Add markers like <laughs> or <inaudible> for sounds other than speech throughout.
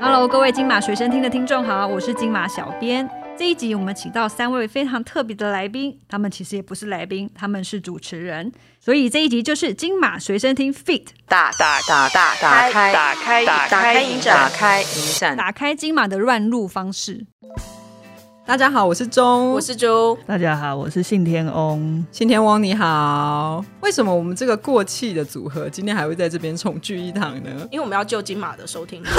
Hello，各位金马学生听的听众好，我是金马小编。这一集我们请到三位非常特别的来宾，他们其实也不是来宾，他们是主持人，所以这一集就是金马学生听 Fit，打打打打打开打开打开影展，打开影展。打开金马的乱入方式。大家好，我是钟，我是周，大家好，我是信天翁。新天翁，你好。为什么我们这个过气的组合今天还会在这边重聚一堂呢？ <laughs> 因为我们要救金马的收听率。 <laughs>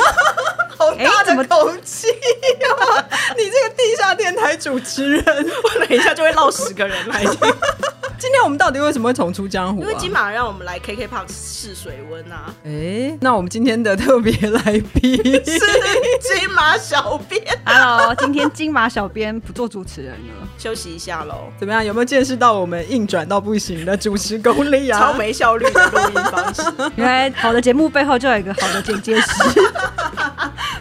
好哎大怎么的口气啊！你这个地下电台主持 <laughs> 人，我等一下就会落十个人来听，今天我们到底为什么会重出江湖、啊？因为金马让我们来 KK Park 试水温啊，哎、那我们今天的特别来 <laughs> 宾是 <laughs> 金马小编 Hello，今 <laughs> 天金马小编不做主持人了，休息一下喽，怎么样？有没有见识到我们硬转到不行的主持功力超啊？没效率的录音方式。原来好的节目背后就有一个好的剪接 <laughs> 师。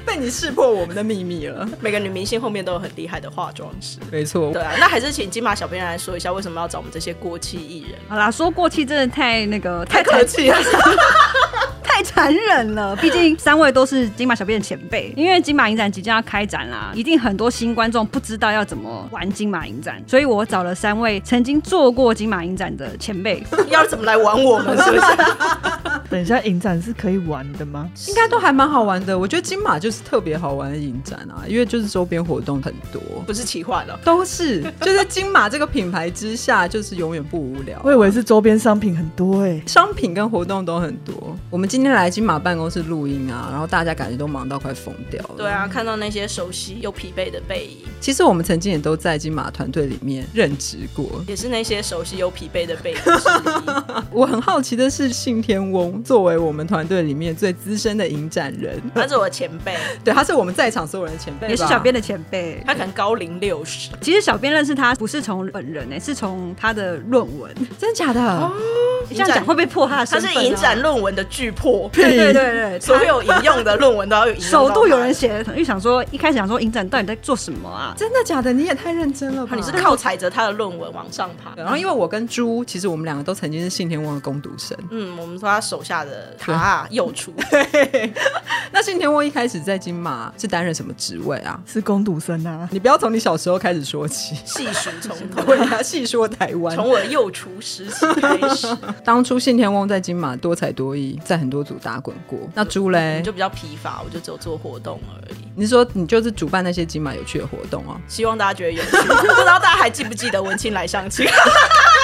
被你识破我们的秘密了。每个女明星后面都有很厉害的化妆师。没错对，啊，那还是请金马小编来说一下，为什么要找我们这些过气艺人？好啦，说过气真的太那个太客残气 <laughs> 了，太残忍了，毕竟三位都是金马小编的前辈，因为金马影展即将要开展啦，一定很多新观众不知道要怎么玩金马影展，所以我找了三位曾经做过金马影展的前辈，啊要怎么来玩我们？是不是？等一下，影展是可以玩的吗？应该都还蛮好玩的。我觉得金马就是特别好玩的影展啊，因为就是周边活动很多，不是奇幻哦了，都是 <laughs> 就是金马这个品牌之下，就是永远不无聊。我以为是周边商品很多哎、商品跟活动都很多。我们今天来金马办公室录音啊，然后大家感觉都忙到快疯掉了。对，啊，看到那些熟悉又疲惫的背影，其实我们曾经也都在金马团队里面任职过。也是那些熟悉又疲惫的背影之一。我很好奇的是，信天翁作为我们团队里面最资深的影展 <laughs> 人，他是我前辈，对，他是我们在场所有人的前辈吧，也是小编的前辈。他可能高龄六十，其实小编认识他不是从本人诶、是从他的论文。真的假的？哦这样讲会被破他啊的他身份、啊是影展，嗯论文的巨 <laughs> 破，对对对对，所有引用的论文都要有引用。首度有人，写，因为想说一开始想说影展到底在做什么啊？真的假的？你也太认真了吧！你是靠踩着他的论文往上爬对。然后，因为我跟猪，其实我们两个都曾经是信天翁的攻读生。嗯，我们说他手下的啊卡右厨， <laughs> 那信天翁一开始在金马是担任什么职位啊？是攻读生啊。你不要从你小时候开始说 <laughs> 起，细数从头，为他细说台湾。从我的右厨时期开 <laughs> 始，当初信天翁在金马多才多艺，在很多组打滚过。那猪嘞你，就比较疲乏，我就只有做活动而已。你说你就是主办那些金马有趣的活动哦。希望大家觉得有 <laughs> 趣，不知道大家还记不记得文青来相亲？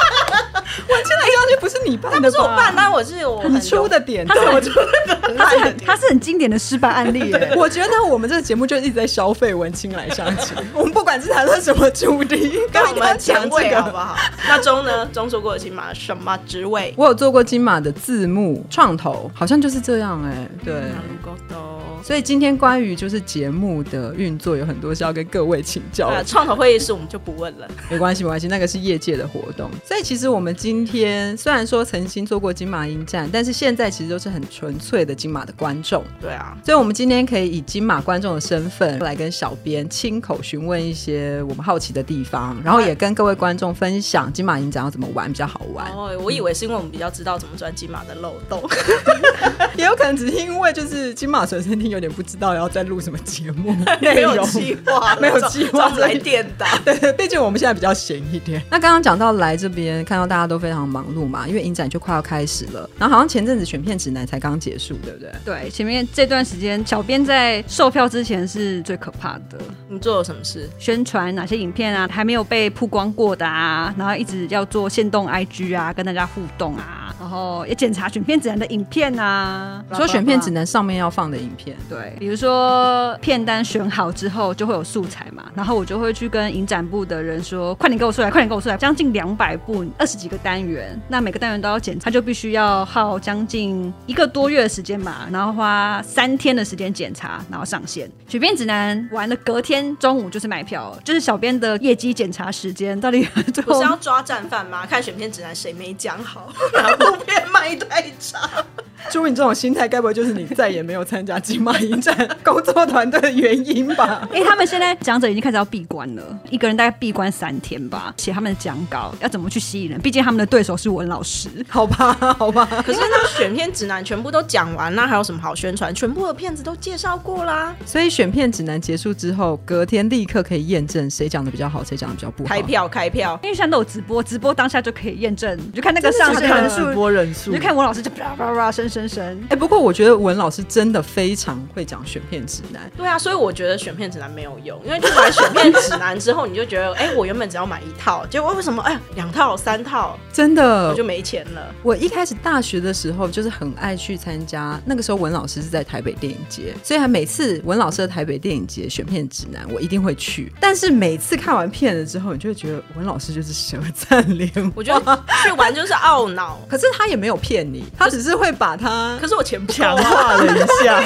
文青来相亲不是你办的不吧？是我办，但我是我你出的点。他是对很我他是很他是很经典的失败案 <laughs> 例、欸。我觉得我们这个节目就一直在消费文青来相亲， <laughs> 我们不管是谈论什么主题，跟我 <laughs> 刚刚们讲前这卫个好不好？那钟呢？钟做过的起码什么职位？我有做过金马的字幕创投，好像就是这样哎、对。所以今天关于就是节目的运作有很多是要跟各位请教啊，的，创投会议室我们就不问了。 <laughs> 没关系没关系，那个是业界的活动。所以其实我们今天虽然说曾经做过金马影展，但是现在其实都是很纯粹的金马的观众。对啊，所以我们今天可以以金马观众的身份来跟小编亲口询问一些我们好奇的地方，然后也跟各位观众分享金马影展要怎么玩比较好玩。哦，我以为是因为我们比较知道怎么钻金马的漏 <laughs> 洞，也有可能只是因为就是金马随身听有点不知道要再录什么节 <laughs> 目没内有 <laughs> 容。计划，没有计划专门来电打。对，毕竟我们现在比较闲一点。那刚刚讲到来这边，看到大家都非常忙碌嘛，因为影展就快要开始了，然后好像前阵子选片指南才刚结束，对不对？对，前面这段时间，小编在售票之前是最可怕的，你做了什么事？宣传哪些影片啊，还没有被曝光过的啊，然后一直要做限动 IG 啊，跟大家互动啊，然后也检查选片指南的影片啊，说选片指南。南上面要放的影片，对，比如说片单选好之后就会有素材嘛，然后我就会去跟影展部的人说，快点给我素材，快点给我素材，将近两百部，二十几个单元，那每个单元都要检查，就必须要耗将近一个多月的时间吧，然后花三天的时间检查，然后上线。取片指南完了，隔天中午就是卖票了，就是小编的业绩检查时间到底最不 <laughs> 后是 <laughs> 要抓战犯吗？看选片指南谁没讲好，哪部片卖太差？朱你这种心态，该不会就是你再也没有参加金马影展工作团队的原因吧？因为哎他们现在讲者已经开始要闭关了，一个人大概闭关三天吧，写他们的讲稿，要怎么去吸引人？毕竟他们的对手是文老师。 <laughs> 好吧，好吧，可是那选片指南全部都讲完，那还有什么好宣传？全部的片子都介绍过啦，所以选片指南结束之后，隔天立刻可以验证谁讲的比较好，谁讲的比较不好。开票开票，因为现在都有直播，直播当下就可以验证，你就看那个上就是升看人直数，播人数你就，看文老师就啪啪啪升升升。哎、不过我觉得文老师真的非常会讲选片指南，对啊，所以我觉得选片指南没有用，因为去买选片指南之后，你就觉得，哎、我原本只要买一套，结果为什么，哎、呀，两套、三套，真的我就没钱了。我一开始大学的时候就是很爱去参加，那个时候文老师是在台北电影节，所以每次文老师的台北电影节选片指南，我一定会去。但是每次看完片了之后，你就会觉得文老师就是舌 <laughs> 战连环我觉得去玩就是懊 <laughs> 恼，可是他也没有骗你，他只是会把他可是我钱不够强啊。化了一下，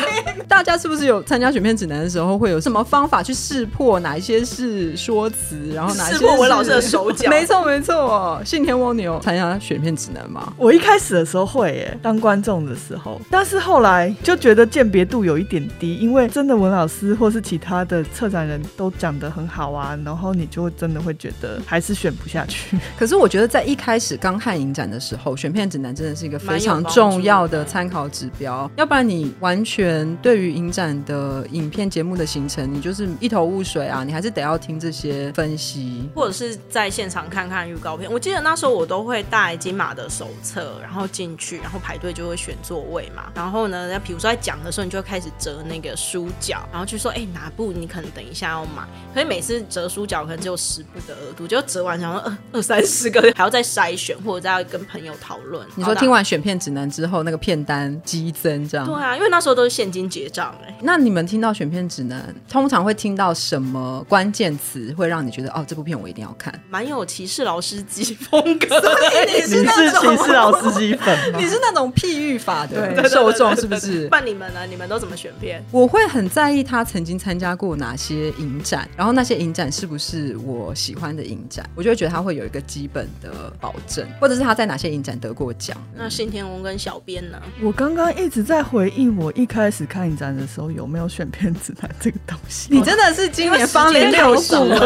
大家是不是有参加选片指南的时候会有什么方法去识破哪一些是说辞，然后哪一些识破文是老师的手 <laughs> 脚没错没错，信天蜗牛参加选片指南吗？ <laughs> 我一开始的时候会耶，当观众的时候，但是后来就觉得鉴别度有一点低，因为真的文老师或是其他的策展人都讲得很好啊，然后你就会真的会觉得还是选不下去。可是我觉得在一开始刚看影展的时候，选片指南真的是一个非蛮有帮常助的重要的参考指标，要不然你完全对于影展的影片节目的形成，你就是一头雾水啊，你还是得要听这些分析。或者是在现场看看预告片。我记得那时候我都会带金马的手册，然后进去，然后排队就会选座位嘛。然后呢，那比如说在讲的时候，你就会开始折那个书角，然后去说，哎、哪部你可能等一下要买。可是每次折书角可能只有十部的额度，就折完想说二二三十个，还要再筛选，或者再要跟朋友讨论。你好说的听。完选片指南之后，那个片单激增这样。对啊，因为那时候都是现金结账哎、那你们听到选片指南，通常会听到什么关键词会让你觉得哦，这部片我一定要看？蛮有骑士老司机风 <laughs> 格的。 <laughs> 你你是骑士老司机粉吗你？是那种譬喻法的对对 <laughs> 受对众对是 <laughs> 不是？那你们呢？你们都怎么选片？我会很在意他曾经参加过哪些影展，然后那些影展是不是我喜欢的影展，我就会觉得他会有一个基本的保证，或者是他在哪些影展得过奖。那信天翁跟小编呢？我刚刚一直在回忆我一开始看影展的时候有没有选片指南这个东西，你真的是今年芳龄六十了，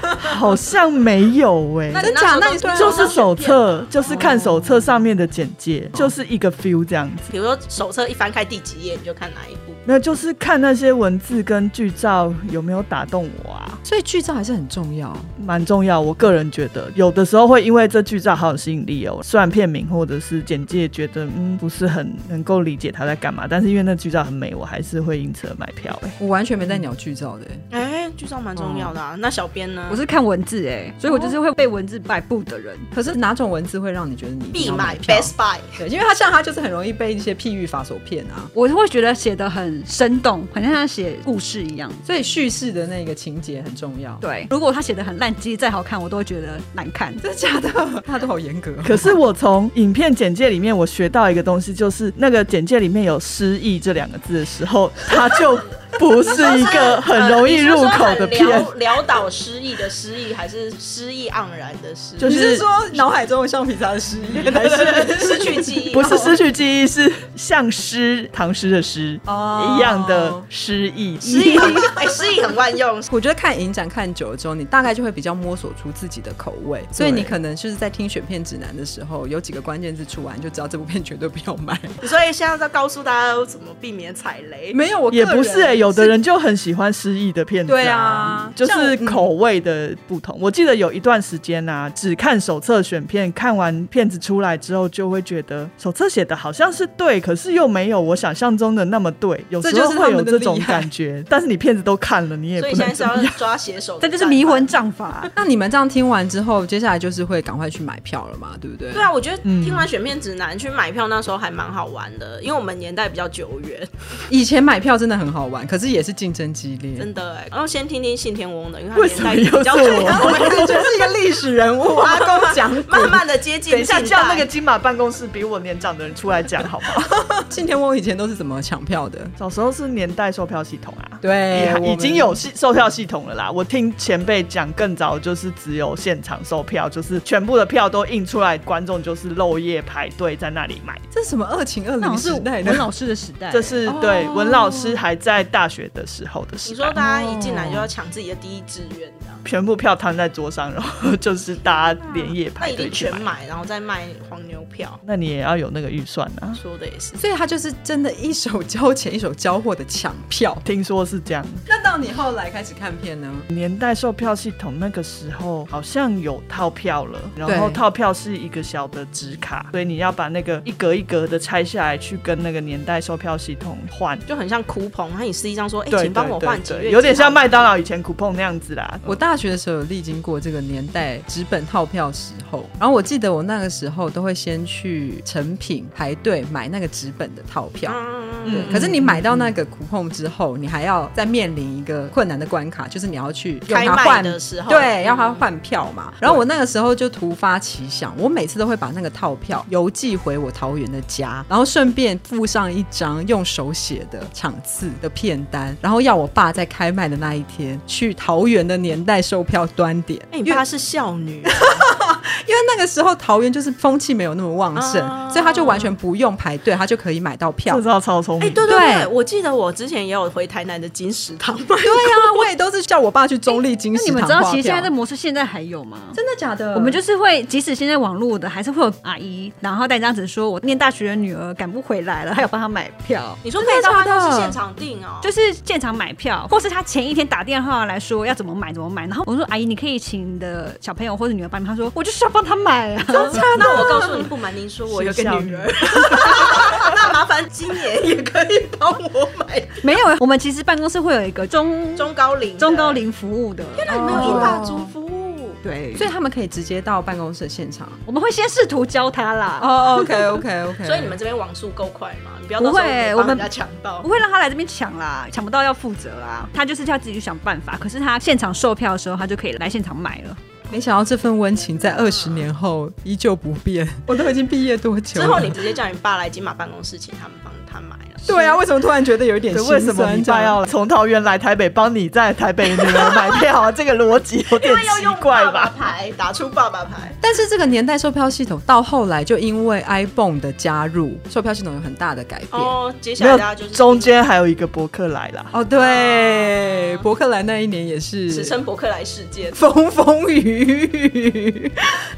好像没有哎、那真假？那那你你那时候就都是手册，哦就是看手册上面的简介，就是一个 feel 这样子。比如说手册一翻开第几页，你就看哪一部。没有，就是看那些文字跟剧照有没有打动我啊，所以剧照还是很重要。蛮重要。我个人觉得，有的时候会因为这剧照好有吸引力哦，虽然片名或者是简介觉得嗯不是很能够理解他在干嘛，但是因为那剧照很美，我还是会因此而买票哎、我完全没在鸟剧照的、欸哎、剧照蛮重要的啊。那小编呢？我是看文字哎、所以我就是会被文字摆布的人。可是哪种文字会让你觉得你一定必要买票 Best Buy。对，因为他像他就是很容易被一些譬喻法所骗啊，我会觉得写的很生动，很像他写故事一样。所以叙事的那个情节很重要。，对，如果他写的很烂，其实再好看，我都会觉得难看。真的假的？他都好严 <laughs> 格哦、可是我从影片简介里面，我学到一个东西，就是那个简介里面有“失忆”这两个字的时候，它就不是一个很容易入口的片。呃你是 <laughs> 说很潦潦倒失忆的失忆，还是失忆盎然的失 <laughs> 忆？就你是是说脑海中的橡皮擦的失忆，还是 <laughs> 失去记忆，不是失去记忆，是像诗唐诗的诗、哦一样的失忆。失忆。哎、失忆很万用。我觉得看影展看久了之后，你大概就会比较摸索出自己的口味，所以你可能就是在听选片指南的时候，有几个关键字出完，你就知道这部片绝对不要买。所以现在在告诉大家要怎么避免踩雷。 <laughs> 没有，我个也人不是、欸，有的人就很喜欢失忆的片子、对啊就是口味的不同。我记得有一段时间啊，只看手册选片，看完片子出来之后，就会觉得手册写的好像是对，可是又没有我想象中的那么对。有时这候就是他会有们的这种厉害感觉， <laughs> 但是你片子都看了， <laughs> 你也不所以现在能是怎么要样抓写 <laughs> 手，这就是迷魂。杖法。那你们这样听完之后，接下来就是会赶快去买票了嘛，对不对？对啊，我觉得嗯听完选片指南去买票那时候还蛮好玩的，因为我们年代比较久远，以前买票真的很好玩，可是也是竞争激烈。 <laughs> 真的哎、然后现先听听信天翁的，因为他为什年代么比又较是久，我？我一直觉得是一个历史人物，阿 <laughs> 公讲古 <laughs> 慢慢的接近等一下近叫代那个金马办公室比我年长的人出来讲好吗？ <laughs> 信天翁以前都是怎么抢票的？小时候是年代售票系统啊。对，我已们已经有系售票系统了啦。我听前辈讲，更早就是只有现场售票，就是全部的票都印出来，观众就是漏夜排队在那里买。这是什么二情二那好零像是时代文的？老师的时哎代，这是、哦对文老师还在大学的时候的你事。说大家一进来哦就要抢自己的第一志愿这样，全部票摊在桌上，然后就是大家连夜那排一队定去全买。买，然后再卖黄牛票，那你也要有那个预算啊。说的也是。所以他就是真的一手交钱一手交货的抢票。听说是这样， <laughs> 那到你后来开始看片呢？年代售票系统那个时候好像有套票了，然后对套票是一个小的纸卡，所以你要把那个一格一格的拆下来，去跟那个年代售票系统换。就很像哭棚，然后你撕一张说，哎、对请帮我对换对几对月，有点几号像麦当劳以前 coupon 那样子啦。我大学的时候有历经过这个年代纸本套票时候，然后我记得我那个时候都会先去成品排队买那个纸本的套票。嗯，对，可是你买到那个 coupon 之后，你还要再面临一个困难的关卡，就是你要去用开它卖换的时候，嗯对，要他换票嘛。然后我那个时候就突发奇想，我每次都会把那个套票邮寄回我桃园的家，然后顺便附上一张用手写的场次的片单，然后要我爸在开卖的那一天去桃园的年代售票端点。哎、你爸是少 <laughs> 女，因为那个时候桃园就是风气没有那么旺盛，啊所以他就完全不用排队，他就可以买到票这。招超聪哎、明，对对对，对我记得我之前也有回台南的金石堂买， <laughs> 对啊，我也都是叫我爸去中立金那石你们堂挂知票。道其实现在的模式现在还有吗？真的假的？我们就是会，即使现在网络的，还是会有阿姨，然后带这样子说，我念大学的女儿赶不回来了，还有帮她买票。你说可以到真的假的办公室现场订哦、就是现场买票，或是他前一天打电话来说要怎么买怎么买，然后我说阿姨，你可以请你的小朋友或者女儿帮你，他说我就是要帮他买啊，嗯那我告诉你，不瞒您说，我有 <laughs> 个 <laughs> 是少女女儿，那麻烦今年也可以帮我买 <laughs> 没有，我们其实办公室会有一个中啊中高龄的，中高龄服务的，那你们有英法族服务，对，所所以以他们可以直接到办公室现场。我们会先试图教他啦，哦、o k OK <laughs> OK。所以你们这边网速够快吗？你不要不到时候会被哦我帮们人家抢到不。会让他来这边抢啦，抢不到要负责啦，他就是要自己去想办法。可是他现场售票的时候，他就可以来现场买了。没想到这份温情在二十年后依旧不变。我都已经毕业多久之了？后你直接叫你爸来金马办公室，请他们帮他买了。对啊，为什么突然觉得有一点对心为酸？什么你这爸样要从桃园来台北帮你在台北的女儿买票啊？这个逻辑有点因为要奇用怪爸爸吧？牌打出爸爸牌，但是这个年代售票系统到后来就因为 iPhone 的加入，售票系统有很大的改变。哦哦，接下没来有大家就，是中间还有一个博客来啦。对，啊伯克莱那一年也史是称伯克莱事件。风风雨雨。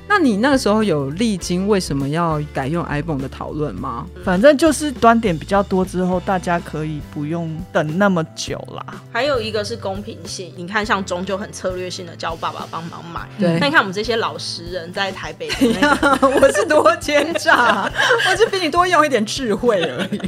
那你那个时候有历经为什么要改用 iPhone 的讨论吗？反正就是端点比较多之后，大家可以不用等那么久啦。还有一个是公平性，你看像中就很策略性的叫爸爸帮忙买，对那你看我们这些老实人在台北的那个 <laughs> 我是多奸诈，我是比你多用一点智慧而已。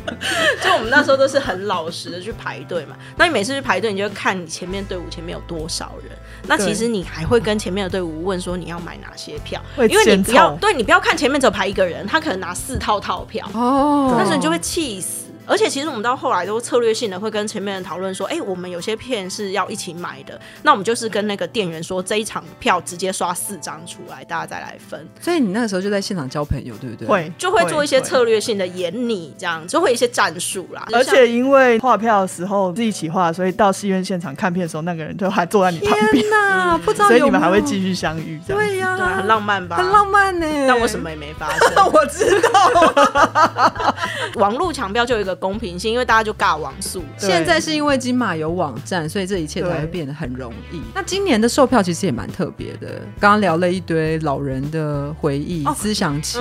就我们那时候都是很老实的去排队嘛。那你每次去排队，你就会看你前面队伍前面有多少人。那其实你还会跟前面的队伍问说你要买哪些票，会因为你嫌不要凑对你不要看前面只有排一个人，他可能拿四套套票，哦但是你就会气死。而且其实我们到后来都策略性的会跟前面人讨论说，哎、我们有些片是要一起买的，那我们就是跟那个店员说这一场票直接刷四张出来，大家再来分，所以你那个时候就在现场交朋友，对不对？。会就会做一些会策略性的演你这样，就会一些战术啦。而且因为画票的时候自己起画，所以到戏院现场看片的时候，那个人就还坐在你旁边天，哪，不知道 <laughs> 所以有没你们有还会继续相遇。这样对呀、对，啊很浪漫吧？很浪漫呢、但我什？么也没发生。我知道， <laughs> 网络强调就有一个公平性，因为大家就尬网速。对 <laughs> 现在是因为金马有网站，所以这一切才会对变得很容易。那今年的售票其实也蛮特别的，刚刚聊了一堆老人的回忆、思想起。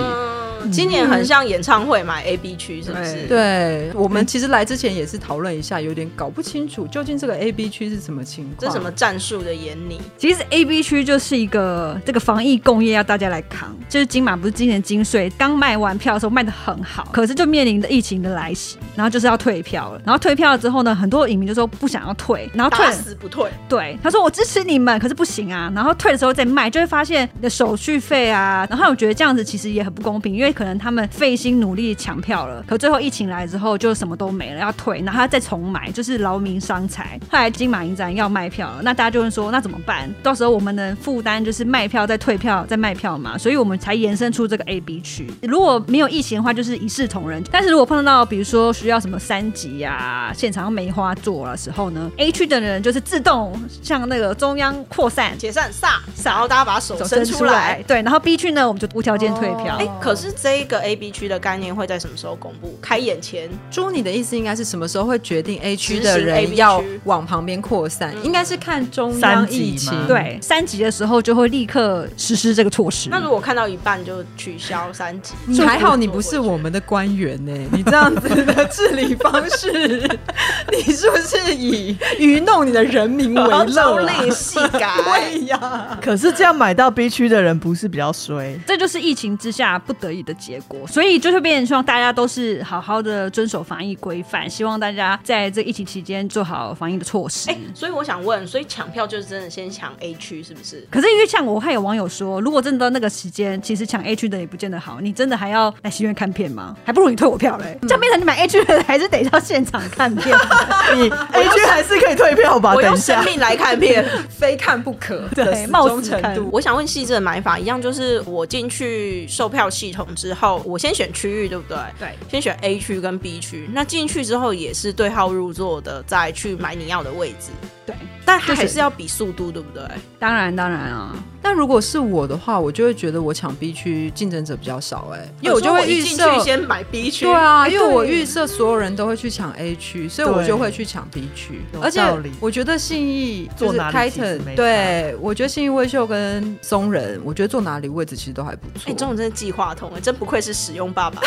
嗯，今年很像演唱会买 A B 区，是不是？，对我们其实来之前也是讨论一下，有点搞不清楚究竟这个 A B 区是什么情况，这是什么战术的演你？哦其实 A B 区就是一个这个防疫共业要大家来扛，就是金马不是今年金穗刚卖完票的时候卖的很好，可是就面临着疫情的来袭，然后就是要退票了，然后退票了之后呢，很多影迷就说不想要退，然后退打了死不退，对，他说我支持你们，可是不行啊。然后退的时候再卖，就会发现你的手续费啊。然后我觉得这样子其实也很不公平，因为可能他们费心努力抢票了，可最后疫情来之后就什么都没了，要退，然后他再重买，就是劳民伤财。后来金马影展要卖票了，那大家就会说，那怎么办？到时候我们能负担就是卖票再退票再卖票嘛，所以我们才延伸出这个 A B 区。如果没有疫情的话，就是一视同仁。但是如果碰到比如说需要什么三级呀、现场梅花座的时候呢，A 区的人就是自动向那个中央扩散。解散撒撒，然后大家把手伸出来。对，然后 B 区呢，我们就无条件退票。哎、可是这个 A B 区的概念会在什么时候公布？开演前朱，你的意思应该是什么时候会决定 A 区执的行 A 人区要往旁边扩散？应该是看中央三级疫吗情。对，三级的时候就会立刻实施这个措施。那如果看到一半就取消三级，你还好，你不是我们的官员 <laughs> 呢、你这样子的治理方式，你是不是以愚弄你的人民为乐、啊？类戏感。 <laughs> 对呀，可是这样买到 B 区的人不是比 <laughs> 较衰？这就是疫情之下不得已的结果，所以就是变成希望大家都是好好的遵守防疫规范，希望大家在这疫情期间做好防疫的措施。哎、所以我想问，所以抢票就是真的先抢 A 区是不是？可是因为像我看有网友说，如果真的到那个时间，其实抢 A 区的也不见得好，你真的还要来戏院看片吗？还不如你退我票嘞，这样变成你买 A 区的还是得到现场看 <laughs> 片。你 A 区还是可以退票啊吧？我等用一下生，命来看片。 <laughs> 非看不可的对死冒忠死程看度。我想问细致的买法一样，就是我进去售票系统之后，我先选区域，对不对？对，先选 A 区跟 B 区。那进去之后也是对号入座的，再去买你要的位置，对，但它就还是是要比速度，对不对？当然当然啊，但如果是我的话，我就会觉得我抢 B 区竞争者比较少、哎，因为我我就会一预进设去。先买 B 区，对啊，哎因为我对预设所有人都会去抢 A 区，所以我就会去抢 B 区有。而且道理我觉得信义就坐是哪里其实 Titan，没对我觉得信义卫秀跟松仁，我觉得坐哪里位置其实都还不哎、错你。中午真的计划通了，哎真不愧是使用爸爸。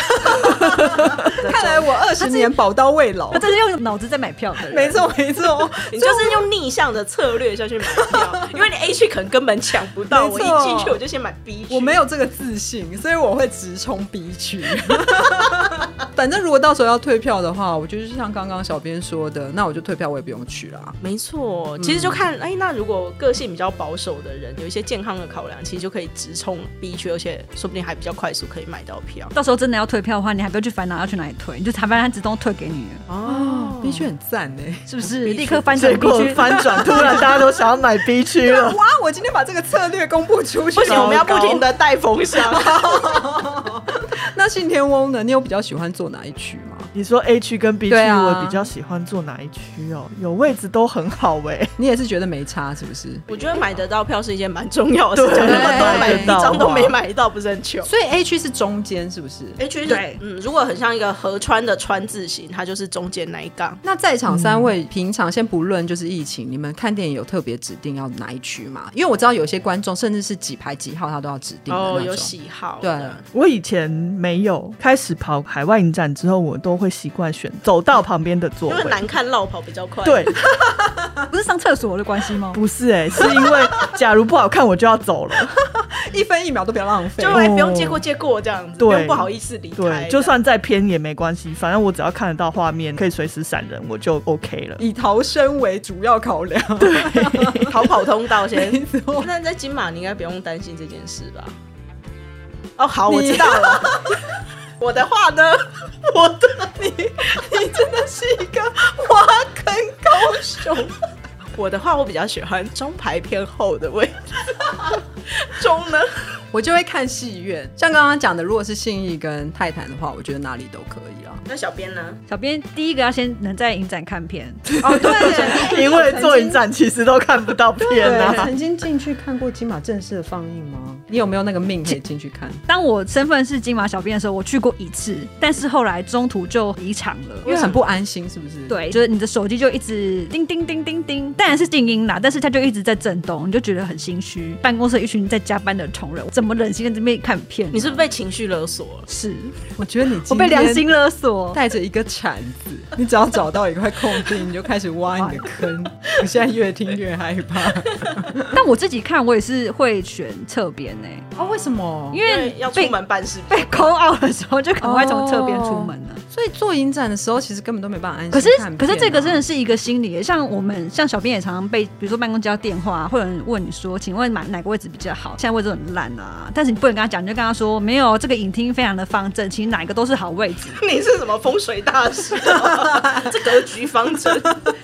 看来我二十年宝刀未老那。这是用脑子在买票的人。没错没 <laughs> 错，你就是用逆向的策略下去买票，因为你 A 区可能根本抢不到，没我一错进去我就先买 B 区。我没有这个自信，所以我会直冲 B 区。 <laughs> 反正如果到时候要退票的话，我就是像刚刚小编说的，那我就退票，我也不用去啦。没错，其实就看哎、那如果个性比较保守的人，有一些健康的考量，其实就可以直冲 B 区，而且说不定还比较快速可以买到票。到时候真的要退票的话，你还不要去烦恼要去哪里退，你就查反正它自动退给你了，哦 B 区很赞欸呢、是不是？立刻翻转结 B 果区。翻转，突然大家都想要买 B <laughs> 区了。哇！我今天把这个策略公布出去，不行，我们要不停的带风向。那信天翁呢？你有比较喜欢坐哪一区吗？你说 A 区跟 B 区，对啊我比较喜欢坐哪一区哦？有位置都很好哎、你也是觉得没差是不是？我觉得买得到票是一件蛮重要的事情，对如果都买对一张都没买到，不是很糗。所以 A 区是中间是不是？ A 区是对嗯，如果很像一个河川的川字形，它就是中间那一杠。那在场三位，平常先不论就是疫情，你们看电影有特别指定要哪一区吗？因为我知道有些观众甚至是几排几号他都要指定的那哦，种有喜好对的，我以前没有开始跑海外影展之后，我都会习惯选走到旁边的座因为位。难看绕跑比较快。对，不是上厕所的关系吗？不是哎、是因为假如不好看我就要走了。一分一秒都不要浪费就。哎、不用借过借过这样子，对不用不好意思离开这样。对，就算再偏也没关系，反正我只要看得到画面，可以随时闪人，我就 OK 了。以逃生为主要考量， <laughs> 对， <laughs> 逃跑通道先。没错那在金马你应该不用担心这件事吧？哦，好，我知道 <laughs> 了。我的话呢， <laughs> 我的你，你真的是一个挖坑高手。我的话我比较喜欢中排偏后的位置。中呢，我就会看戏院，像刚刚讲的，如果是信义跟泰坦的话，我觉得哪里都可以啦。啊那小编呢？小编第一个要先能在影展看片，哦， <laughs> 对，因为坐影展其实都看不到片对，啊。曾经进去看过金马正式的放映吗？你有没有那个命可以进去看？ <laughs> 当我身份是金马小编的时候，我去过一次，但是后来中途就离场了，因为很不安心，是不是？，对，就是你的手机就一直叮叮叮叮叮，当然是静音啦，但是它就一直在震动，你就觉得很心虚。办公室有一群在加班的同仁，我怎么忍心在这边看片呢？你是不是被情绪勒索了？是我觉得你今天我被良心勒索错。带着一个铲子，你只要找到一块空地，你就开始挖你的坑。 <laughs> 我现在越听越害怕，但我自己看，我也是会选侧边呢、哦，为什么？因为要出被门办事。被抠傲的时候，就赶快从侧边出门了。啊所以做影展的时候，其实根本都没办法安心、啊可是，可是这个真的。是一个心理耶，像我们像小编也常常被，比如说办公接到电话，会有人问你说，请问买哪个位置比较好？现在位置很烂 <laughs> 啊，但是你不能跟他讲，你就跟他说，没有，这个影厅非常的方正，其实哪一个都是好位置，你是什么风水大师啊？ <laughs> 这格局方针，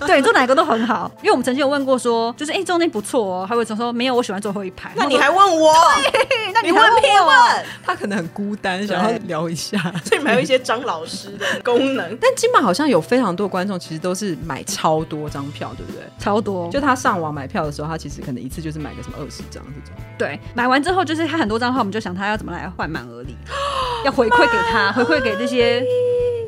对，坐哪个都很好。 <laughs> 因为我们曾经有问过说，就是哎、中间不错哦，他会说没有，我喜欢坐后一排。 <laughs> 那你还问我？然后我说那你你还问问屁我问？他可能很孤单，想要聊一下。所以你们还有一些张老师的功能。 <laughs> 但金马好像有非常多观众，其实都是买超多张票，对不对？超多，就就他上网买票的时候，他其实可能一次就是买个什么二十张这种。对。买完之后，就是他很多张话，我们就想他要怎么来换满额 <gasps> 礼，要回馈给他，回馈给这些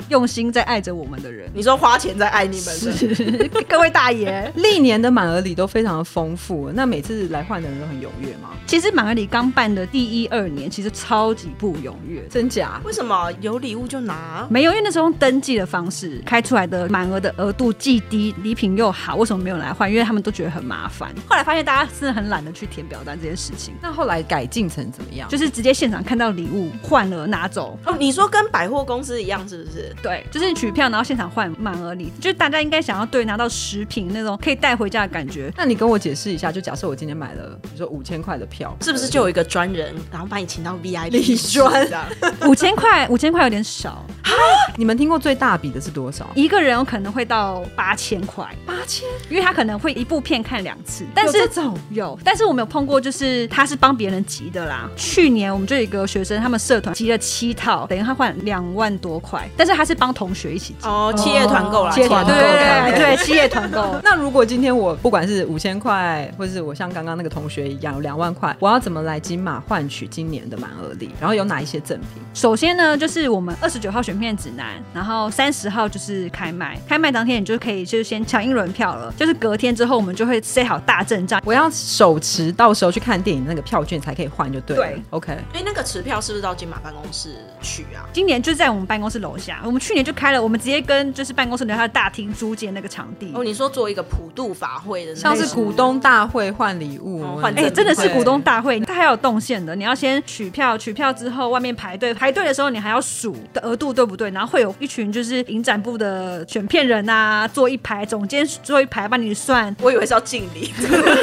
用心在爱着我们的人。你说花钱在爱你们的， <laughs> 各位大爷，历年的满额礼都非常的丰富，那每次来换的人都很踊跃吗？其实满额礼刚办的第一二年，其实超级不踊跃。真假？为什么有礼物就拿？没有，因为那时候用登记的方式开出来的满额的额度既低，礼品又好，为什么没有人来换？因为他们都觉得很麻烦。后来发现大家真的很懒得去填表单这件事情，那后来改进成怎么样？就是直接现场看到礼物换了拿走。哦，你说跟百货公司一样是不是？对，就是取票，然后现场换满额礼，就是大家应该想要对拿到食品那种可以带回家的感觉。那你跟我解释一下，就假设我今天买了，比如说五千块的票，是不是就有一个专人，然后把你请到 VIP 理室这专样？五千块， <laughs> 五千块有点少，呃你们听过最大笔的是多少？一个人有可能会到八千块，八千，因为他可能会一部片看两次，但有是这种有，但是我们有碰过，就是他是帮别人集的啦。去年我们就有一个学生，他们社团集了七套，等于他换两万多块，但是他是帮同学一起集，哦，企业团购啦，企业对团对购。对对对，企业团购那如果今天我不管是五千块，或是我像刚刚那个同学一样有两万块，我要怎么来金马换取今年的满额礼？然后有哪一些赠品？首先呢，就是我们二十九号选片指南，然后三十号就是开卖，开卖当天你就可以就是先抢一轮票了，就是隔天之后我们就会塞好大阵仗。我要手持，到时候去看电影那个票券才可以换，就对了。对，OK。哎，那个持票是不是到金马办公室取啊？今年就在我们办公室楼下，我们去年就开了，我们直接跟就是办公室楼下的大厅租借那个场地。哦，你说做一个普渡法会的那像种，是股东大会换礼物哦，换哎、赠真的是对股东大会，它还有动线的。你要先取票，取票之后外面排队，排队的时候你还要数的额度对不对？然后会有一群就是影展部的选片人啊，坐一排，总监坐一排帮你算，我以为是要敬 <laughs> 礼，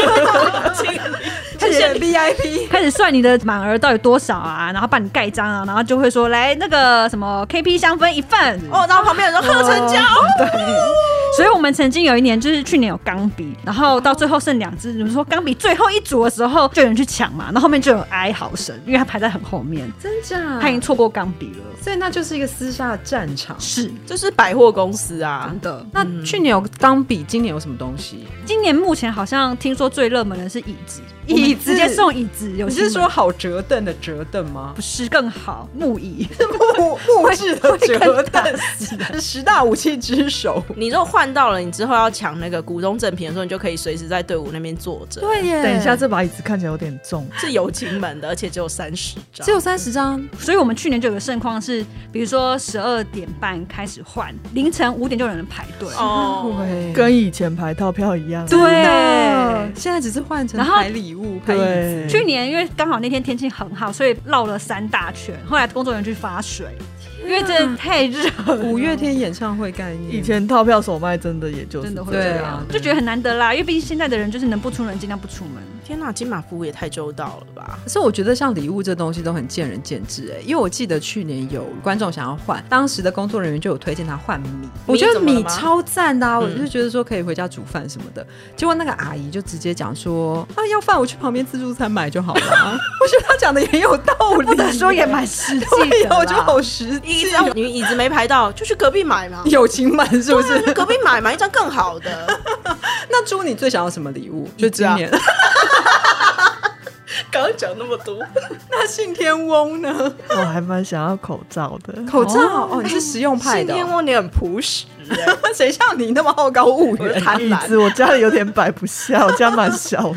敬礼，开始 VIP，开始算你的满额到底多少啊，然后帮你盖章啊，然后就会说来那个什么 KP 香氛一份哦，然后旁边有人说贺成 <laughs> 交，哦所以我们曾经有一年，就是去年有钢笔，然后到最后剩两支，你们说钢笔最后一组的时候，就有人去抢嘛，然后后面就有哀嚎声，因为他排在很后面，真假？他已经错过钢笔了。所以那就是一个私下的战场。嗯是就是百货公司啊，的，那去年有钢笔，今年有什么东西？今年目前好像听说最热门的是椅子，椅我们子直接送椅子，有你新闻是说好折凳的折凳吗不？是更好木 <laughs> 椅？木木质的会折更大凳，十大武器之 <laughs> 首。你如果换到了，你之后要抢那个股东赠品的时候，你就可以随时在队伍那边坐着。对耶等一下，这把椅子看起来有点重， <laughs> 是友情门的，而且只有三十张只。有三十张，所以我们去年就有个盛况是，比如说十二点半开始换，凌晨五点就有人排队。哦，对跟以前排套票一样。对，现在只是换成然后拍礼物、拍椅子。对，去年因为刚好那天天气很好，所以绕了三大圈。后来工作人员去发水，因为真的太热了，五月天演唱会概念，以前套票首卖真的也就是真的会这这对样样啊，就觉得很难得啦。因为毕竟现在的人就是能不出门尽量不出门。天哪，金马服务也太周到了吧！可是我觉得像礼物这东西都很见仁见智哎、因为我记得去年有观众想要换，当时的工作人员就有推荐他换米，我觉得怎么了米吗超赞的、啊，我嗯就觉得说可以回家煮饭什么的。结果那个阿姨就直接讲说啊，要饭我去旁边自助餐买就好了啊、 <laughs> 我觉得她讲的也有道理，不得说也蛮实对际呀的，我觉得啦好实一际哦，张你椅子没排到，就去隔壁买嘛。友情满是不是？去隔壁买买一张更好的，那猪你最想要什么礼物？就椅子今啊年刚刚讲那么多，那信天翁呢？我还蛮想要口罩的。口罩哦，你是实用派信的天哦。翁你很朴实对不对？ <laughs> 谁像你那么好高骛远？贪 <laughs> 椅婪子我家里有点摆不下，我家蛮小的。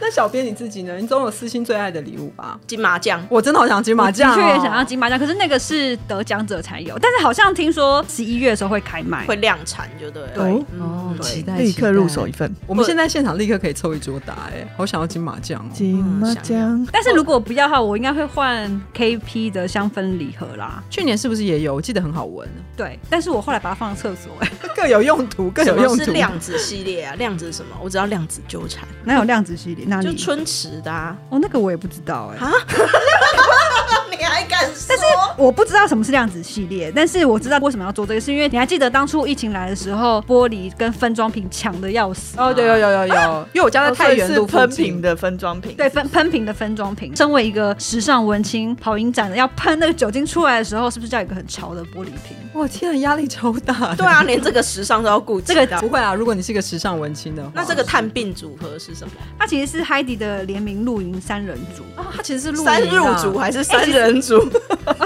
那小编你自己呢？你总有私心最爱的礼物吧？金麻将。我真的好想金麻将、哦，的确也想要金马奖，可是那个是得奖者才有，但是好像听说十一月的时候会开卖，会量产就对了。哦嗯，对期待立刻入手一。份我们现在现场立刻可以抽一桌打、哎，好想要金马奖哦！金麻将，但是如果不要的话，我应该会换 KP 的香氛礼盒啦。去年是不是也有？我记得很好闻，啊对，但是我后来把它放在厕所、哎， <laughs> 各有用途，各什有么用是途。量子系列啊？量子什么？我只要量子纠缠，哪有量子系列？哪就里？春池的啊。哦，那个我也不知道哎、啊你还敢说？但是我不知道什么是量子系列，但是我知道为什么要做这个，是因为你还记得当初疫情来的时候，玻璃跟分装瓶抢的要死。哦，对，有有有有，因为我家在太原是路喷瓶瓶，的分装瓶，对，分喷瓶的分装瓶，身为一个时尚文青跑影展的，要喷那个酒精出来的时候，是不是要有一个很潮的玻璃瓶？哇，天啊，压力超大的。对啊，连这个时尚都要顾及这个到不。会啊，如果你是个时尚文青的话，那这个探病组合是什么？它其实是 Heidi 的联名露营三人组，啊，它其实是露营啊三入组还是三人组？ <laughs>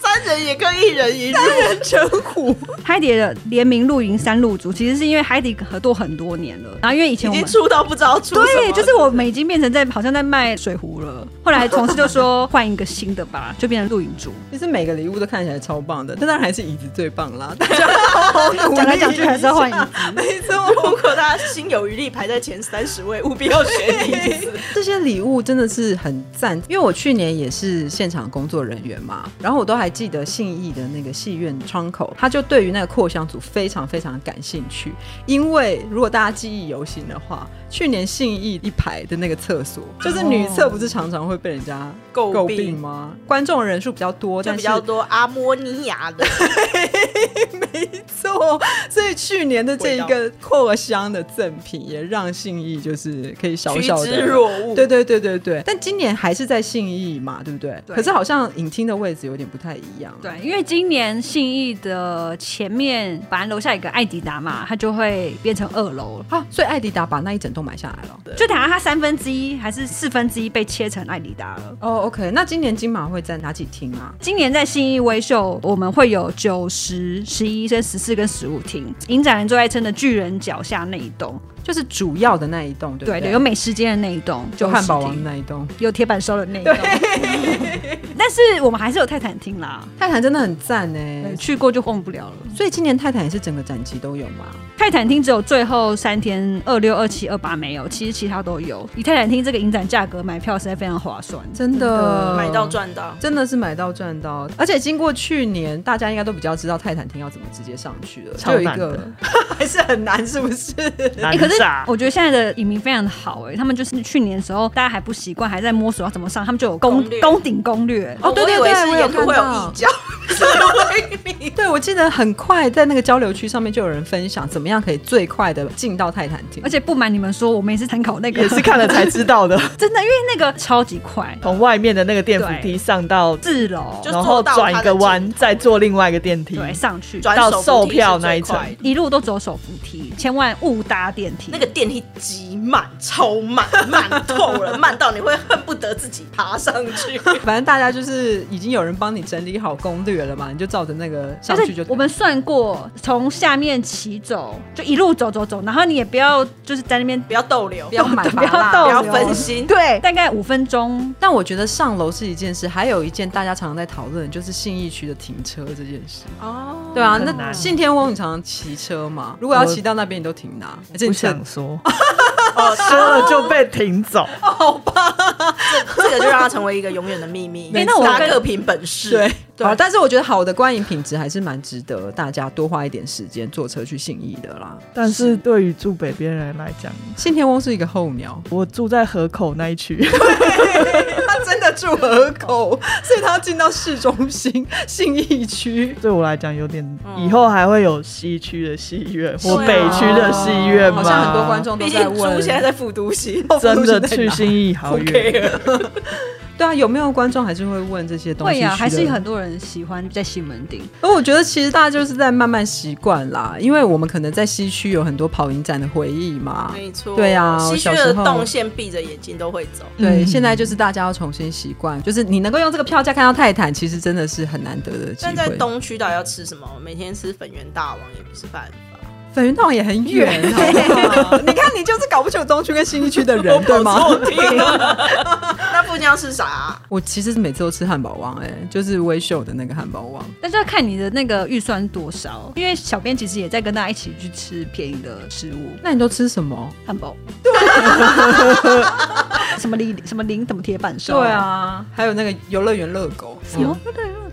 三人也跟一人一入，真虎，海底的联名露营三路组，其实是因为海底合作很多年了，然后因为以前已我经们。出到不知道出什对，么。就是我们已经变成在好像在卖水壶 <laughs> 了。后来同事就说换一个新的吧，就变成露营组。其实每个礼物都看起来超棒的，但当然还是椅子最棒啦。大家好好努力，讲来讲去还是要换椅子。没错，如果大家心有余力，排在前三十位，务必要选椅 <laughs> 子。这些礼物真的是很赞，因为我去年也是现场工作人员嘛，然后我都还记得信义的那个戏院窗口，他就对于那个扩香组非常非常感兴趣，因为如果大家记忆犹新的话，去年信义一排的那个厕所，就是女厕不是常常会被人家诟诟病病吗？观众人数比较多，哦就但比是较多阿摩尼亚的，错， <laughs> 所以去年的这一个扩香的赠品，也让信义就是可以小趋小的之若鹜。对对对对对，但今年还是在信义嘛，对不对？对可是好像影厅的位置有点不太一样。对，因为今年信义的前面，本来楼下有个艾迪达嘛，它就会变成二楼。啊，所以艾迪达把那一整栋买下来了。就等下它三分之一还是四分之一被切成艾迪达了。哦、o k 那今年金马会在哪几厅啊？今年在信义威秀，我们会有九十、十一、跟十四跟十五厅。影展人最爱称的巨人脚下那一栋，就是主要的那一栋，对不对对？对，有美食街的那一栋，就汉堡王90的厅，那一栋。有铁板烧的那一栋。 <laughs> 但是我们还是有泰坦厅啦，泰坦真的很赞对呢，去过就忘不了了。所以今年泰坦也是整个展期都有嘛？泰坦厅只有最后三天二六、二七、二八没有，其实其他都有。以泰坦厅这个影展价格买票实在非常划算，真的买到。赚到。真的是买到赚到，而且经过去年，大家应该都比较知道泰坦厅要怎么直接上去了，超就有一难个 <laughs> 的还是很难，是不是？哎、可是难炸我觉得现在的影迷非常的好哎、他们就是去年的时候大家还不习惯，还在摸索要怎么上，他们就有攻攻略攻顶攻略。哦对对我以为对是我有沿路会有看到异 <laughs> 教，对，我记得很快在那个交流区上面就有人分享怎么样可以最快的进到泰坦厅，而且不瞒你们说，我们也是参考那个，也是看了才 <laughs> 知道的， <laughs> 真的，因为那个超级快，哦从外面的那个电扶梯对上到，四楼就然后转一就坐到它个的弯，尽头再坐另外一个电梯。对上去，转到手扶梯售是票最那一层快的一路都走手扶梯，千万勿搭电梯。那个电梯极慢，超慢， <laughs> 慢透了，慢到你会恨不得自己爬上 <laughs> 去。反正大家就是已经有人帮你整理好攻略了嘛，你就照着那个上去就我们算过，从下面起走，就一路走走走，然后你也不要就是在那边不要逗留，不要买不要麻辣逗不留要分心。对，大概五分钟。但我觉得上楼是一件事，还有一件大家常常在讨论，就是信义区的停车这件事。哦，对啊，很那难信天翁你常常骑车嘛，如果要我骑到那边你都停哪？而且不你车 <laughs> 想说，哦 <laughs> 啊说了就被停走。 <laughs> 这个就让它成为一个永远的秘 <laughs> 密。哎那我大家跟各凭本事。对，好，对，但是我觉得好的观影品质还是蛮值得大家多花一点时间坐车去信义的啦。但是对于住北边人来讲，信天翁是一个候鸟，我住在河口那 <laughs> 一区，他真的住河口，所以他要进到市中心信义区。对我来讲有点，嗯以后还会有西区的戏院是啊或北区的戏院吗？好像很多观众都毕在竟问 <laughs> 猪，现在在复读心。真的去信义好 OK 远，对啊，有没有观众还是会问这些东西？会呀、还需是要很多人喜欢在西门町。而我觉得其实大家就是在慢慢习惯啦，因为我们可能在西区有很多跑影展的回忆嘛。没错，对啊西区我小时的候动线闭着眼睛都会走。对，嗯现在就是大家要重新习惯，就是你能够用这个票价看到泰坦，其实真的是很难得的机但在会。东区到底要吃什么？每天吃粉圆大王也不是办法。粉云洞也很远，好不好 <laughs> 你看你就是搞不清楚东区跟新一区的 <laughs> 人，对吗？那附近要吃啥、啊我其实每次都吃汉堡王、哎，就是微秀的那个汉堡王。但是要看你的那个预算多少，因为小编其实也在跟大家一起去吃便宜的食物，那你都吃什么？汉 <laughs> 堡，什么零什么零什么铁板烧，对，啊，还有那个游乐园热狗，有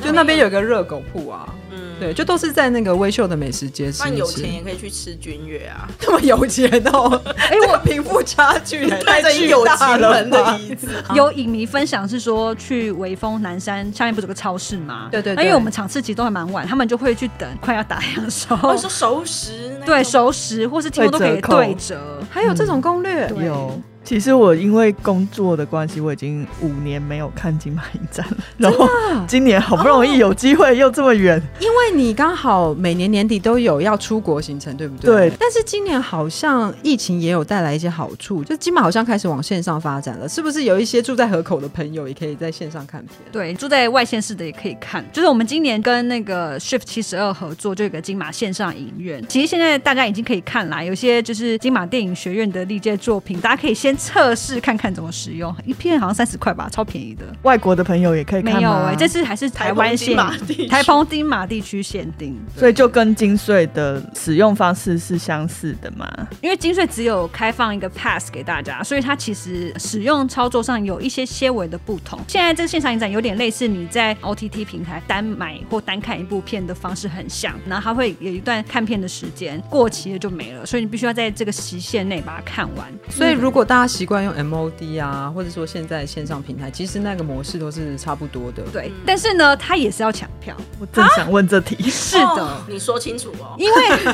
就那边有一个热狗铺啊。嗯，对，就都是在那个微秀的美食街吃那一吃。你有钱也可以去吃君悦啊，这么有钱哦！哎、 <laughs> 我贫富差距也太这巨有大钱了人吧的椅子。有影迷分享是说，去微风南山下面不是有个超市吗？对对对那因为我们场次其实都还蛮晚，他们就会去等快要打烊的时哦候或者，哦说熟食那种，对熟食或是听说都可以会折扣对折。还有这种攻略，对有。其实我因为工作的关系，我已经五年没有看金马影展了。啊然后今年好不容易有机会，又这么远，因为你刚好每年年底都有要出国行程，对不对？对。但是今年好像疫情也有带来一些好处，就金马好像开始往线上发展了，是不是？有一些住在河口的朋友也可以在线上看片。对，住在外县市的也可以看。就是我们今年跟那个 Shift 七十二合作，就有个金马线上影院。其实现在大家已经可以看啦，有些就是金马电影学院的历届作品，大家可以先测试看看怎么使用。一片好像三十块吧，超便宜的。外国的朋友也可以没看吗有哎、这次还是台湾限台澎金马地区台澎金马地区限定，所以就跟金穗的使用方式是相似的嘛？因为金穗只有开放一个 pass 给大家，所以它其实使用操作上有一些些微的不同。现在这个现场影展有点类似你在 OTT 平台单买或单看一部片的方式很像，然后它会有一段看片的时间，过期了就没了，所以你必须要在这个期限内把它看完。所以如果大家习惯用 MOD 啊，或者说现在线上平台，其实那个模式都是差不多的。对，但是呢，它也是要抢票，我正想问这题，是的。哦你说清楚哦。因为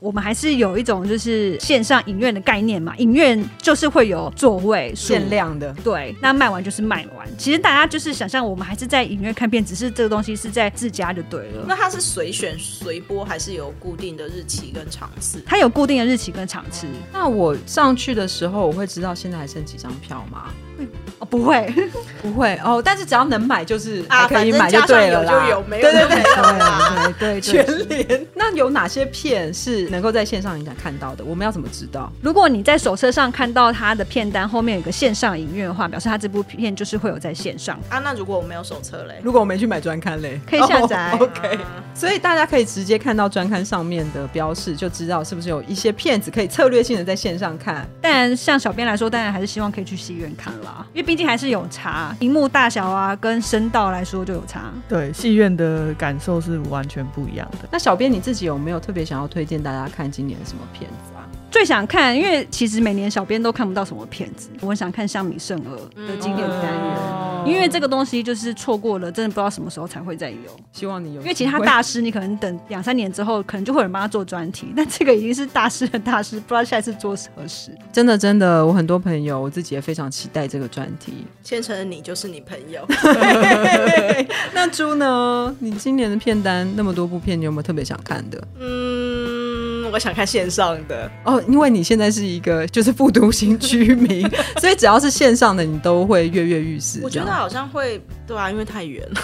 我们还是有一种就是线上影院的概念嘛，影院就是会有座位数限。量的，对，那卖完就是卖完。其实大家就是想象，我们还是在影院看片，只是这个东西是在自家就对了。那它是随选随播，还是有固定的日期跟场次？它有固定的日期跟场次那我上去的时候，我会知道现在还剩几张票吗？哦，不会， <laughs> 不会哦，但是只要能买就是啊还可以买反正对了啦，加上有就有没有对对就对没有啦 <laughs> 哎对对对，全联。那有哪些片是能够在线上影展看到的？我们要怎么知道？如果你在手册上看到它的片单后面有一个线上影院的话，表示它这部片就是会有在线上， <laughs> 啊，那如果我没有手册嘞？如果我没去买专刊嘞，可以下载啊哦 OK，所以大家可以直接看到专刊上面的标示，就知道是不是有一些片子可以策略性的在线上看。但像小编来说，当然还是希望可以去戏院看啦，因为毕竟还是有差，荧幕大小啊跟声道来说就有差。 <laughs> 对戏院的感受是完全不一样的。那小编你自己有没有特别想要推荐大家看今年什么片子啊？最想看，因为其实每年小编都看不到什么片子，我很想看《香米圣儿》的经典单元，因为这个东西就是错过了，真的不知道什么时候才会再有。希望你有机会，因为其他大师，你可能等两三年之后，可能就会有人帮他做专题，但这个已经是大师的大师，不知道下一次做何时。真的真的，我很多朋友，我自己也非常期待这个专题。千层的你就是你朋友，那猪呢？你今年的片单那么多部片，你有没有特别想看的？嗯，我想看线上的，哦，因为你现在是一个就是复读型居 <laughs> 民，所以只要是线上的，你都会跃跃欲试。我觉这得样好像会对啊，因为太 <laughs> 远了。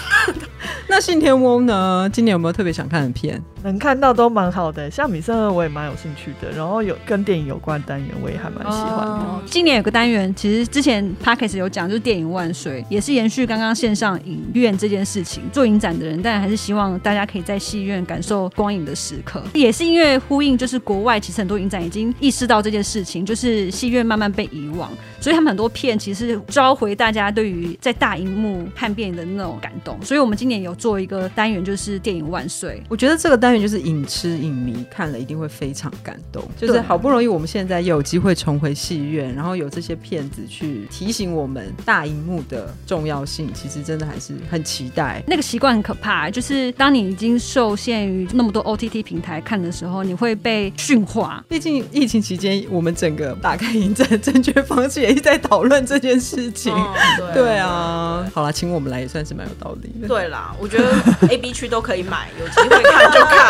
那信天翁呢？今年有没有特别想看的片？能看到都蛮好的，像米圣二我也蛮有兴趣的，然后有跟电影有关的单元我也还蛮喜欢的。哦今年有个单元，其实之前 p a c k e s 有讲，就是电影万岁，也是延续刚刚线上影院这件事情。做影展的人，但还是希望大家可以在戏院感受光影的时刻。也是因为呼应，就是国外其实很多影展已经意识到这件事情，就是戏院慢慢被遗忘，所以他们很多片其实召回大家对于在大荧幕看电影的那种感动。所以我们今年有做一个单元，就是电影万岁。我觉得这个单单元就是影痴影迷看了一定会非常感动，就是对好不容易我们现在有机会重回戏院，然后有这些片子去提醒我们大荧幕的重要性，其实真的还是很期待。那个习惯很可怕，就是当你已经受限于那么多 OTT 平台看的时候，你会被驯化。毕竟疫情期间，我们整个打开影展 <laughs> 正确方式也一直在讨论这件事情。嗯对。啊，好啦，请我们来也算是蛮有道理的。对啦，我觉 <laughs> 得 A、B 区都可以买，有机会看就看。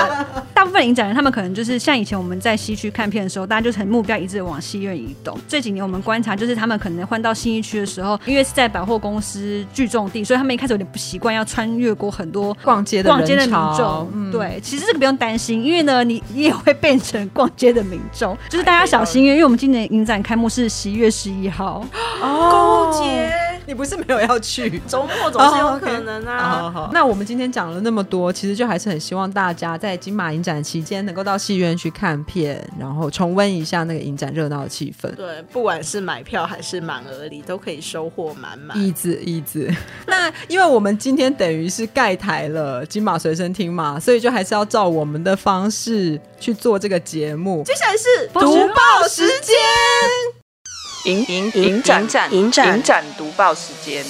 大部分影展人他们可能就是像以前我们在西区看片的时候，大家就是很目标一致地往西院移动。这几年我们观察，就是他们可能换到新一区的时候，因为是在百货公司聚众地，所以他们一开始有点不习惯要穿越过很多逛街的逛街的嗯人民潮众，嗯对，其实这个不用担心，因为呢，你你也会变成逛街的民众，就是大家小心，因为因为我们今年影展开幕是十一月十一号，勾结你不是没有要去？周末总是有可能 <laughs> 好啊。好好，那我们今天讲了那么多，其实就还是很希望大家在金马影展期间能够到戏院去看片，然后重温一下那个影展热闹的气氛。对，不管是买票还是满额礼，都可以收获满满。椅子，椅子。 <laughs> 那因为我们今天等于是盖台了金马随身听嘛，所以就还是要照我们的方式去做这个节目。接下来是报读纸报时间，影影影展影展影展读报时间，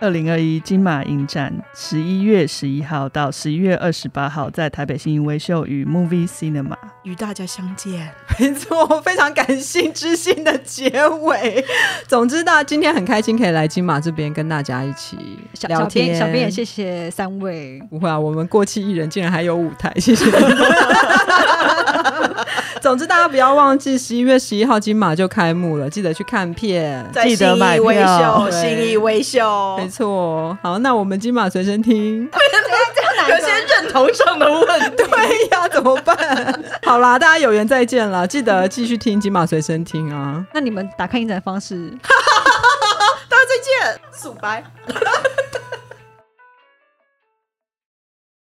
二零二一金马影展十一月十一号到十一月二十八号在台北新营微秀与 Movie Cinema。与大家相见。 <laughs> 没错，非常感性知性的结尾。总之，大家今天很开心可以来金马这边跟大家一起小聊小天。编小编也谢谢三位。不会啊，我们过气艺人竟然还有舞台，谢 <laughs> 谢。总之，大家不要忘记十一月十一号金马就开幕了，记得去看片。在记得信买义微票秀，对信义微秀，没错，好，那我们金马随身听，有些认同上的问题。 <laughs> 对呀，怎么办？ <laughs> 好啦，大家有缘再见啦，记得继续听金马随身听啊。那你们打开影展的方式大家再见，素白。